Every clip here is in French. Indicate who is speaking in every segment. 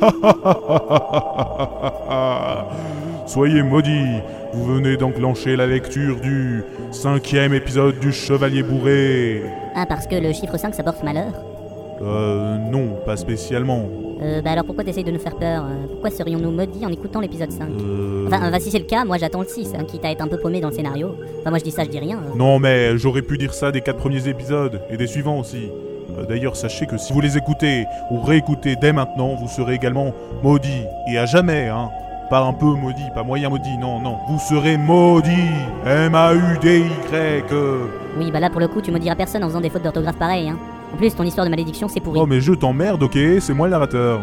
Speaker 1: Soyez maudits, vous venez d'enclencher la lecture du cinquième épisode du Chevalier Bourré.
Speaker 2: Ah, parce que le chiffre 5, ça porte malheur
Speaker 1: Euh, non, pas spécialement.
Speaker 2: euh, Bah alors pourquoi t'essayes de nous faire peur Euh, Pourquoi serions-nous maudits en écoutant l'épisode 5
Speaker 1: Euh,
Speaker 2: Enfin, euh, bah, si c'est le cas, moi j'attends le 6, hein, quitte à être un peu paumé dans le scénario. Enfin, moi je dis ça, je dis rien. hein.
Speaker 1: Non, mais j'aurais pu dire ça des quatre premiers épisodes et des suivants aussi. Euh, D'ailleurs, sachez que si vous les écoutez ou réécoutez dès maintenant, vous serez également maudits. Et à jamais, hein. Pas un peu maudit, pas moyen maudit, non, non. Vous serez maudits. M-A-U-D-Y. euh.
Speaker 2: Oui, bah là pour le coup, tu maudiras personne en faisant des fautes d'orthographe pareilles, hein. En plus, ton histoire de malédiction, c'est pourri.
Speaker 1: Oh, mais je t'emmerde, ok C'est moi le narrateur.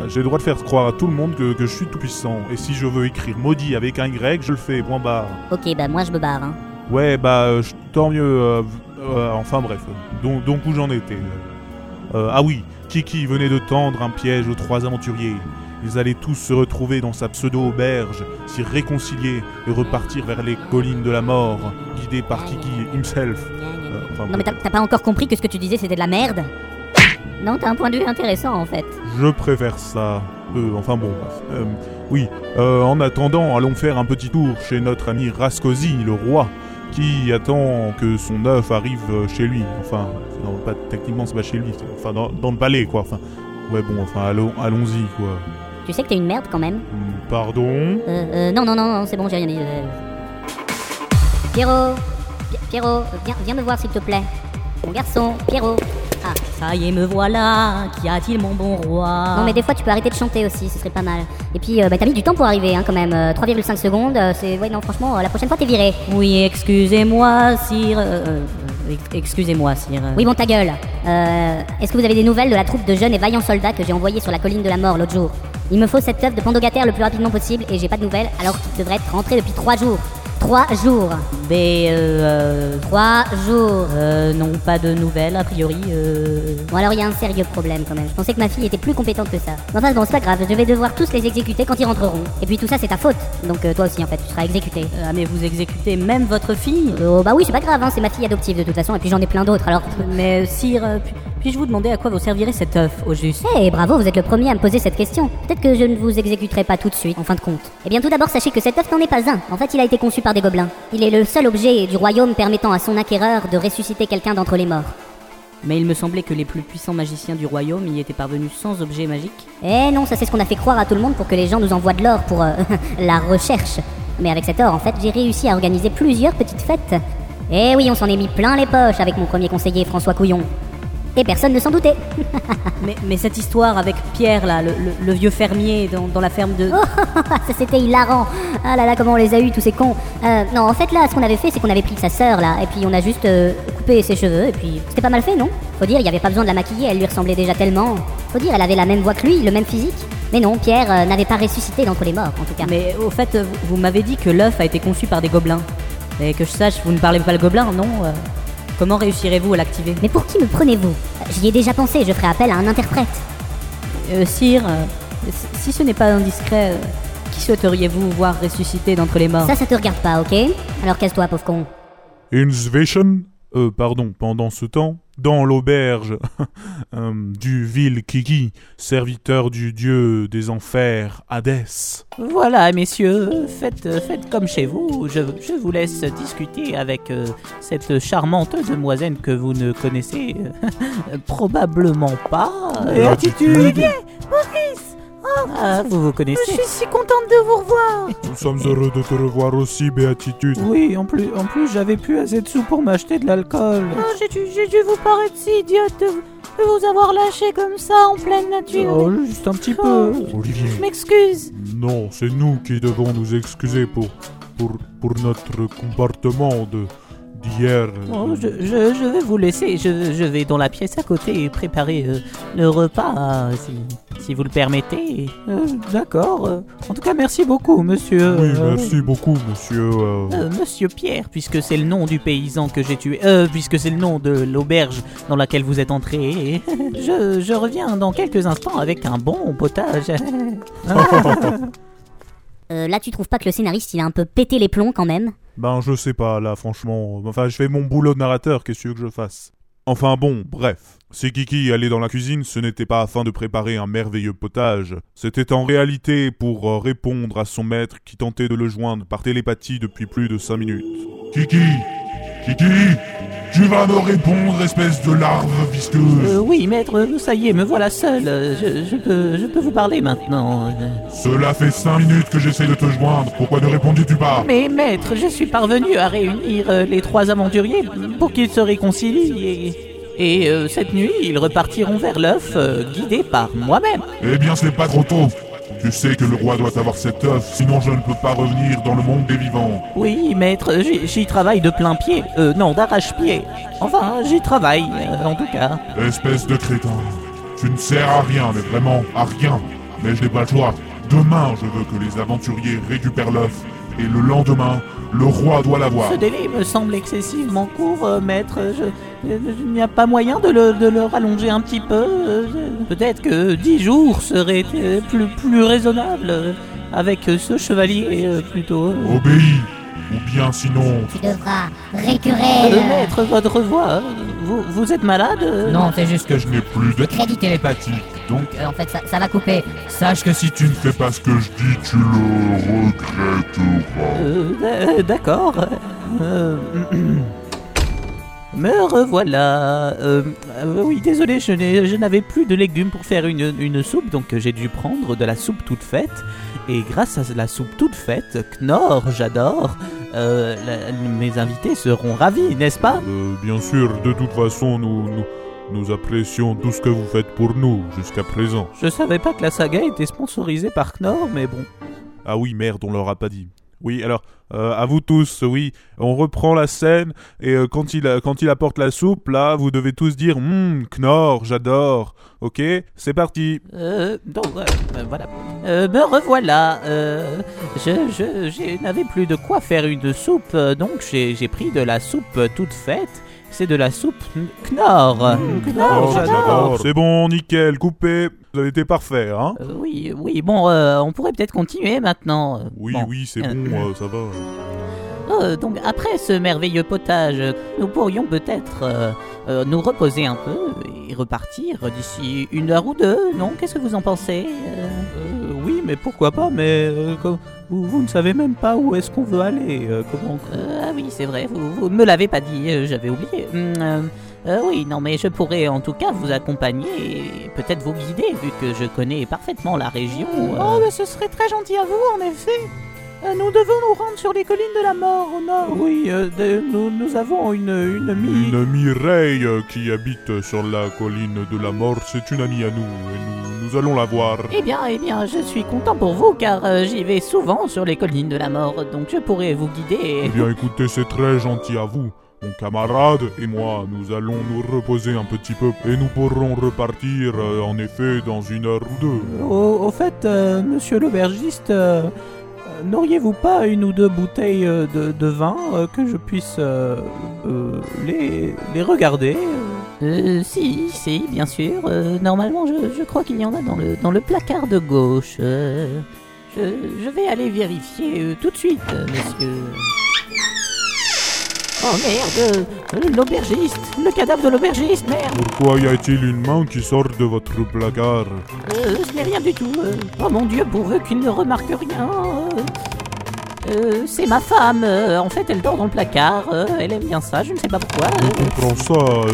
Speaker 1: Euh, J'ai le droit de faire croire à tout le monde que, que je suis tout puissant. Et si je veux écrire maudit avec un Y, je le fais, point barre.
Speaker 2: Ok, bah moi je me barre, hein.
Speaker 1: Ouais, bah, euh, je- tant mieux. euh, v- euh, enfin, bref. Donc, donc où j'en étais euh. Euh, Ah oui, Kiki venait de tendre un piège aux trois aventuriers. Ils allaient tous se retrouver dans sa pseudo-auberge, s'y réconcilier et repartir vers les collines de la mort, guidés par Kiki himself. Euh, enfin,
Speaker 2: Non mais t'as- t'as pas encore compris que ce que tu disais c'était de la merde Non, t'as un point de vue intéressant en fait.
Speaker 1: Je préfère ça. Euh, enfin bon, bref. Euh, oui, Euh, en attendant, allons faire un petit tour chez notre ami Rascosi, le roi, qui attend que son œuf arrive euh, chez lui. Enfin, c'est dans- pas, techniquement, c'est pas chez lui, c'est- enfin, dans, dans le palais, quoi. Enfin, ouais, bon, enfin, allons- allons-y, quoi.
Speaker 2: Tu sais que t'es une merde quand même
Speaker 1: Hum, Pardon
Speaker 2: Euh, euh, non, non, non, non, c'est bon, j'ai rien dit. euh. Pierrot Pi- Pierrot, euh, viens, viens me voir s'il te plaît. Mon garçon, Pierrot Ah,
Speaker 3: Ça y est, me voilà, qu'y a-t-il mon bon roi
Speaker 2: non mais des fois tu peux arrêter de chanter aussi, ce serait pas mal. Et puis, euh, bah, t'as mis du temps pour arriver hein, quand même, euh, 3,5 secondes, euh, c'est... Ouais, non, franchement, euh, la prochaine fois t'es viré.
Speaker 3: Oui, excusez-moi, sire... euh, euh, ex- excusez-moi, sire...
Speaker 2: Oui, bon, ta gueule. Euh, est-ce que vous avez des nouvelles de la troupe de jeunes et vaillants soldats que j'ai envoyés sur la colline de la mort l'autre jour Il me faut cette œuvre de Pandogataire le plus rapidement possible et j'ai pas de nouvelles alors qu'il devrait être rentré depuis trois jours. Trois jours.
Speaker 3: Mais, euh... euh,
Speaker 2: Trois jours.
Speaker 3: euh, non, pas de nouvelles, a priori, euh...
Speaker 2: Bon, alors il y a un sérieux problème quand même. Je pensais que ma fille était plus compétente que ça. Mais Enfin, bon, c'est pas grave, je vais devoir tous les exécuter quand ils rentreront. Et puis tout ça, c'est ta faute. Donc euh, toi aussi, en fait, tu seras exécuté.
Speaker 3: Ah, mais vous exécutez même votre fille
Speaker 2: Oh, bah oui, c'est pas grave, hein, c'est ma fille adoptive de toute façon, et puis j'en ai plein d'autres alors.
Speaker 3: Mais, sire, euh, puis- puis-je vous demander à quoi vous servirez cet œuf, au juste
Speaker 2: Eh, bravo, vous êtes le premier à me poser cette question. Peut-être que je ne vous exécuterai pas tout de suite, en fin de compte. Eh bien, tout d'abord, sachez que cet œuf n'en est pas un. En fait, il a été conçu par des gobelins. Il est le seul objet du royaume permettant à son acquéreur de ressusciter quelqu'un d'entre les morts.
Speaker 3: Mais il me semblait que les plus puissants magiciens du royaume y étaient parvenus sans objet magique.
Speaker 2: Eh non, ça c'est ce qu'on a fait croire à tout le monde pour que les gens nous envoient de l'or pour euh, la recherche. Mais avec cet or, en fait, j'ai réussi à organiser plusieurs petites fêtes. Eh oui, on s'en est mis plein les poches avec mon premier conseiller François Couillon. Et personne ne s'en doutait.
Speaker 3: Mais, mais cette histoire avec Pierre, là, le, le- le vieux fermier dans, dans la ferme
Speaker 2: Oh
Speaker 3: de...
Speaker 2: ça c'était hilarant. Ah là là, comment on les a eus, tous ces cons. Euh, non, en fait là, ce qu'on avait fait, c'est qu'on avait pris sa sœur là, et puis on a juste euh, coupé ses cheveux, et puis c'était pas mal fait, non Faut dire, il n'y avait pas besoin de la maquiller, elle lui ressemblait déjà tellement. Faut dire, elle avait la même voix que lui, le même physique. Mais non, Pierre euh, n'avait pas ressuscité d'entre les morts, en tout cas.
Speaker 3: Mais au fait, vous, vous m'avez dit que l'œuf a été conçu par des gobelins. Et que je sache, vous ne parlez pas le gobelin, non euh, Comment réussirez-vous à l'activer
Speaker 2: Mais pour qui me prenez-vous Euh, J'y ai déjà pensé, je ferai appel à un interprète.
Speaker 3: Euh, Sire, euh, si- si ce n'est pas indiscret, euh, qui souhaiteriez-vous voir ressusciter d'entre les
Speaker 4: Oh.
Speaker 3: morts
Speaker 2: Ça, ça te regarde pas, ok Alors casse-toi, pauvre con.
Speaker 1: Inzwischen Euh, pardon, pendant ce temps, dans l'auberge euh, du vil Kiki, serviteur du dieu des enfers, Hadès.
Speaker 5: Voilà, messieurs, faites, euh, faites comme chez vous. Je, je vous laisse discuter avec euh, cette charmante demoiselle que vous ne connaissez euh, probablement pas. Euh, Eh Ah, vous vous connaissez
Speaker 3: si contente de vous revoir
Speaker 1: Nous sommes heureux de te revoir aussi, Béatitude.
Speaker 5: Oui, en plus, en plus j'avais plus assez de sous pour m'acheter de l'alcool.
Speaker 3: Oh, J'ai dû, vous paraître si idiote de vous avoir lâché comme ça en pleine nature.
Speaker 5: Oh, juste un petit peu.
Speaker 1: Olivier.
Speaker 3: m'excuse
Speaker 1: Non, c'est nous qui devons nous excuser pour, pour, pour notre comportement de d'hier.
Speaker 5: Bon, Oh, je, je- je vais vous laisser. Je, je vais dans la pièce à côté et préparer euh, le repas, euh, si, si vous le permettez. Euh, D'accord. En tout cas, merci beaucoup, monsieur.
Speaker 1: Oui, merci beaucoup, monsieur. euh,
Speaker 5: Euh, Monsieur Pierre, puisque c'est le nom du paysan que j'ai tué, euh, puisque c'est le nom de l'auberge dans laquelle vous êtes entré, je, je reviens dans quelques instants avec un bon potage.
Speaker 2: Euh, là, tu trouves pas que le scénariste, il a un peu pété les plombs quand même
Speaker 1: Ben, je sais pas, là, franchement. Enfin, je fais mon boulot de narrateur, qu'est-ce que tu veux que je fasse Enfin bon, bref. Si Kiki allait dans la cuisine, ce n'était pas afin de préparer un merveilleux potage, c'était en réalité pour euh, répondre à son maître qui tentait de le joindre par télépathie depuis plus de cinq minutes.
Speaker 6: Kiki Kiki Tu vas me répondre, espèce de larve visqueuse
Speaker 5: Euh, oui, maître, euh, ça y est, me voilà seul. Euh, Je, je peux, je peux vous parler maintenant. Euh,
Speaker 6: Cela fait cinq minutes que j'essaie de te joindre, pourquoi ne répondis-tu pas
Speaker 5: Mais maître, je suis parvenu à réunir euh, les trois aventuriers pour qu'ils se réconcilient et... Et euh, cette nuit, ils repartiront vers l'œuf, euh, guidés par moi-même.
Speaker 6: Eh bien, ce n'est pas trop tôt Tu sais que le roi doit avoir cet œuf, sinon je ne peux pas revenir dans le monde des vivants.
Speaker 5: Oui, maître, j'y j'y travaille de plein pied. Euh, non, d'arrache-pied. Enfin, j'y travaille, euh, en tout cas.
Speaker 6: Espèce de crétin Tu ne sers à rien, mais vraiment à rien Mais je n'ai pas le choix Demain, je veux que les aventuriers récupèrent l'œuf, et le lendemain, le roi doit l'avoir.
Speaker 5: Ce délai me semble excessivement court, euh, maître. Je, je- je- il n'y a pas moyen de le, de le rallonger un petit peu. euh, je- Peut-être que dix jours serait euh, plus, plus raisonnable euh, avec euh, ce chevalier euh, plutôt. Euh,
Speaker 6: Obéis Ou bien sinon,
Speaker 2: Tu devras
Speaker 4: Euh,
Speaker 2: récurer le
Speaker 5: maître, votre voix, euh, vous, vous êtes malade euh
Speaker 4: Non, c'est juste que
Speaker 6: que
Speaker 4: je
Speaker 6: je n'ai plus de
Speaker 4: crédit télépathique.
Speaker 6: donc
Speaker 4: Euh, en fait, ça, ça va couper. Sache que si
Speaker 6: tu
Speaker 4: tu
Speaker 6: ne fais pas ce que je dis, tu le regretteras.
Speaker 5: Euh, d- D'accord. Euh, Me revoilà. Euh, euh, oui, désolé, je, n'ai- je n'avais plus de légumes pour faire une, une soupe, donc euh, j'ai dû prendre de la soupe toute faite. Et grâce à la soupe toute faite, Knorr, j'adore, euh, la- mes invités seront ravis, n'est-ce pas
Speaker 1: Euh, bien sûr, de toute façon, nous, nous, nous apprécions tout ce que vous faites pour nous jusqu'à présent.
Speaker 5: Je savais pas que la saga était sponsorisée par Knorr, mais bon.
Speaker 1: Ah oui, merde, on leur a pas dit. Oui, alors, euh, à vous tous, oui, on reprend la scène, et euh, quand, il, quand il apporte la soupe, là, vous devez tous dire Hum, Knorr, j'adore. Ok, c'est parti.
Speaker 5: Euh, donc, euh, euh, voilà. Euh, me revoilà. Euh, je, je, je n'avais plus de quoi faire une soupe, euh, donc j'ai, j'ai pris de la soupe euh, toute faite. C'est de la soupe Knorr.
Speaker 1: Oh, C'est bon, nickel, coupé. Vous avez été parfait, hein
Speaker 5: Euh, oui, oui, bon, euh, on pourrait peut-être continuer maintenant. euh,
Speaker 1: Oui,
Speaker 5: bon.
Speaker 1: oui, c'est
Speaker 5: Euh,
Speaker 1: bon, euh, ça va.
Speaker 5: Euh, donc, après ce merveilleux potage, euh, nous pourrions peut-être euh, euh, nous reposer un peu et repartir d'ici une heure ou deux, non Qu'est-ce que vous en pensez Euh, Oui, mais pourquoi pas, mais euh, vous, ne savez même pas où est-ce qu'on veut aller. comment... ah oui, c'est vrai, vous, vous ne me l'avez pas dit, euh, j'avais oublié. Hum, euh, euh, oui, non, mais je pourrais en tout cas vous accompagner et peut-être vous guider, vu que je connais parfaitement la région. euh.
Speaker 7: Oh, mais ce serait très gentil à vous, en effet. Euh, nous devons nous rendre sur les collines de la mort au nord.
Speaker 5: Oui, euh, de- nous, nous avons une, une amie.
Speaker 1: Une Mireille euh, qui habite sur la colline de la mort, c'est une amie à nous, et nous, nous allons la voir.
Speaker 5: Eh bien, eh bien, je suis content pour vous car euh, j'y vais souvent sur les collines de la mort, donc je pourrais vous guider.
Speaker 1: Eh bien, écoutez, c'est très gentil à vous. Mon camarade et moi, nous allons nous reposer un petit peu et nous pourrons repartir, euh, en effet, dans une heure ou deux.
Speaker 5: Au, fait, euh, monsieur l'aubergiste, euh, n'auriez-vous pas une ou deux bouteilles euh, de, vin que je puisse euh, les, regarder Euh, Si, si, bien sûr. Euh, normalement, je, je crois qu'il y en a dans le, dans le placard de gauche. Euh, je, je vais aller vérifier euh, tout de suite, euh, monsieur. Oh merde euh, L'aubergiste Le cadavre de l'aubergiste, merde
Speaker 1: Pourquoi y a-t-il une main qui sort de votre placard
Speaker 5: euh, ce n'est rien du tout. euh. Oh mon dieu, pourvu qu'il ne remarque rien. euh. Euh, c'est ma femme. euh, en fait, elle dort dans le placard. euh, elle aime bien ça, je ne sais pas pourquoi.
Speaker 1: Je
Speaker 5: euh.
Speaker 1: comprends ça. euh,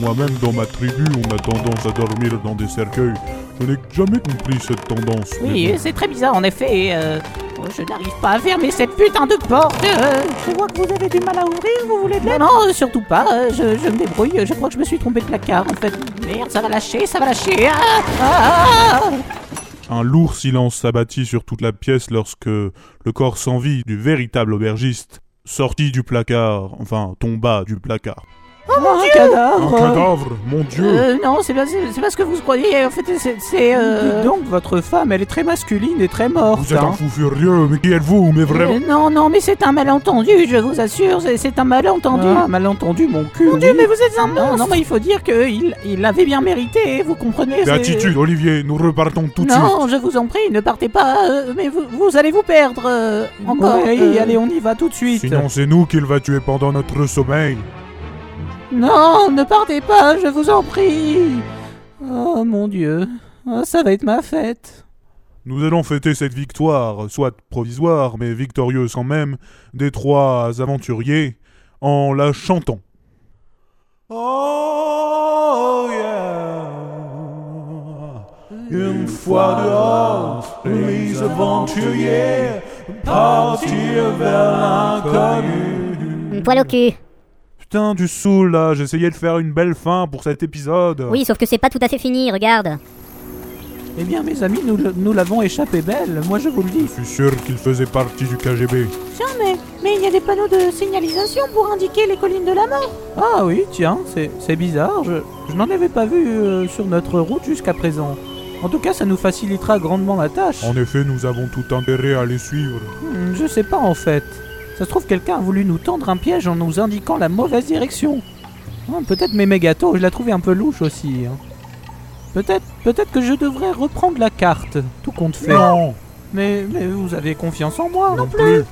Speaker 1: Moi-même, dans ma tribu, on a tendance à dormir dans des cercueils. Je n'ai jamais compris cette tendance. mais
Speaker 5: Oui,
Speaker 1: bon.
Speaker 5: euh, c'est très bizarre en effet. euh. Oh, je n'arrive pas à fermer cette putain de porte. euh.
Speaker 7: Je vois que vous avez du mal à ouvrir, vous voulez de
Speaker 5: Non, non, euh, surtout pas. euh, je, je me débrouille. euh, Je crois que je me suis trompé de placard. En fait, merde, ça va lâcher, ça va lâcher. ah, ah, ah.
Speaker 1: Un lourd silence s'abattit sur toute la pièce lorsque le corps sans vie du véritable aubergiste sortit du placard, enfin tomba du placard.
Speaker 7: Oh,
Speaker 5: Un cadavre.
Speaker 1: Un cadavre, mon dieu
Speaker 5: Hein Euh, non, c'est pas, c'est- c'est pas ce que vous croyez. En fait, c'est. c'est, euh,
Speaker 7: donc, votre femme, elle est très masculine et très morte. hein.
Speaker 1: Vous êtes un fou furieux, mais qui êtes-vous Mais vraiment
Speaker 5: Euh, non, non, mais c'est un malentendu, je vous assure, c'est- c'est un malentendu.
Speaker 7: Ah, malentendu, mon cul.
Speaker 5: Mon Dieu, mais vous êtes un
Speaker 7: Non,
Speaker 5: monstre
Speaker 7: non,
Speaker 5: mais il faut dire qu'il il l'avait bien mérité, vous comprenez c'est-
Speaker 1: Béatitude, Olivier, nous repartons tout de suite
Speaker 5: Non, je vous en prie, ne partez pas, euh, mais vous, vous allez vous perdre euh, encore.
Speaker 7: Ouais,
Speaker 5: euh.
Speaker 7: allez, on y va tout de suite.
Speaker 1: Sinon c'est nous qu'il va tuer pendant notre sommeil
Speaker 5: Non, ne partez pas, je vous en prie. Oh mon Dieu, Ah, ça va être ma fête.
Speaker 1: Nous allons fêter cette victoire, soit provisoire, mais victorieuse quand même, des trois aventuriers, en la chantant. Oh yeah Une fois dehors, les aventuriers partirent vers l'inconnu.
Speaker 2: Une Hmm, poil au cul.
Speaker 1: Putain, du saoul là, j'essayais de faire une belle fin pour cet épisode.
Speaker 2: Oui, sauf que c'est pas tout à fait fini, regarde.
Speaker 5: Eh bien, mes amis, nous, le- nous l'avons échappé belle, moi je vous le dis.
Speaker 1: Je suis sûr qu'il faisait partie du KGB.
Speaker 7: Tiens, mais, mais il y a des panneaux de signalisation pour indiquer les collines de la mort.
Speaker 5: Ah oui, tiens, c'est c'est bizarre, je, je n'en avais pas vu euh, sur notre route jusqu'à présent. En tout cas, ça nous facilitera grandement la tâche.
Speaker 1: En effet, nous avons tout intérêt à les suivre.
Speaker 5: Hmm, je sais pas en fait. Ça se trouve, quelqu'un a voulu nous tendre un piège en nous indiquant la mauvaise direction. Hein, peut-être mémé gâteau, je la trouvais un peu louche aussi. hein. Peut-être peut-être que je devrais reprendre la carte, tout compte fait.
Speaker 1: Non
Speaker 5: Mais, mais vous avez confiance en moi
Speaker 1: Non plus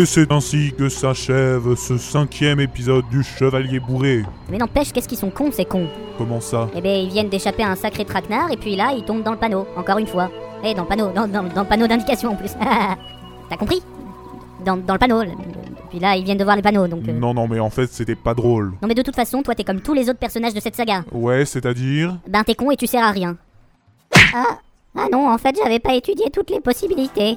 Speaker 1: Et c'est ainsi que s'achève ce cinquième épisode du Chevalier Bourré.
Speaker 2: Mais n'empêche, qu'est-ce qu'ils sont cons, ces cons
Speaker 1: Comment ça
Speaker 2: Eh ben, ils viennent d'échapper à un sacré traquenard, et puis là, ils tombent dans le panneau, encore une fois. Eh, dans le panneau, dans, dans- dans le panneau d'indication en plus. T'as compris dans, dans le panneau. le- le- Puis là, ils viennent de voir le panneau, donc. euh,
Speaker 1: Non, non, mais en fait, c'était pas drôle.
Speaker 2: Non, mais de toute façon, toi, t'es comme tous les autres personnages de cette saga.
Speaker 1: Ouais, c'est-à-dire
Speaker 2: Ben, t'es con et tu sers à rien. Ah, ah non, en fait, j'avais pas étudié toutes les possibilités.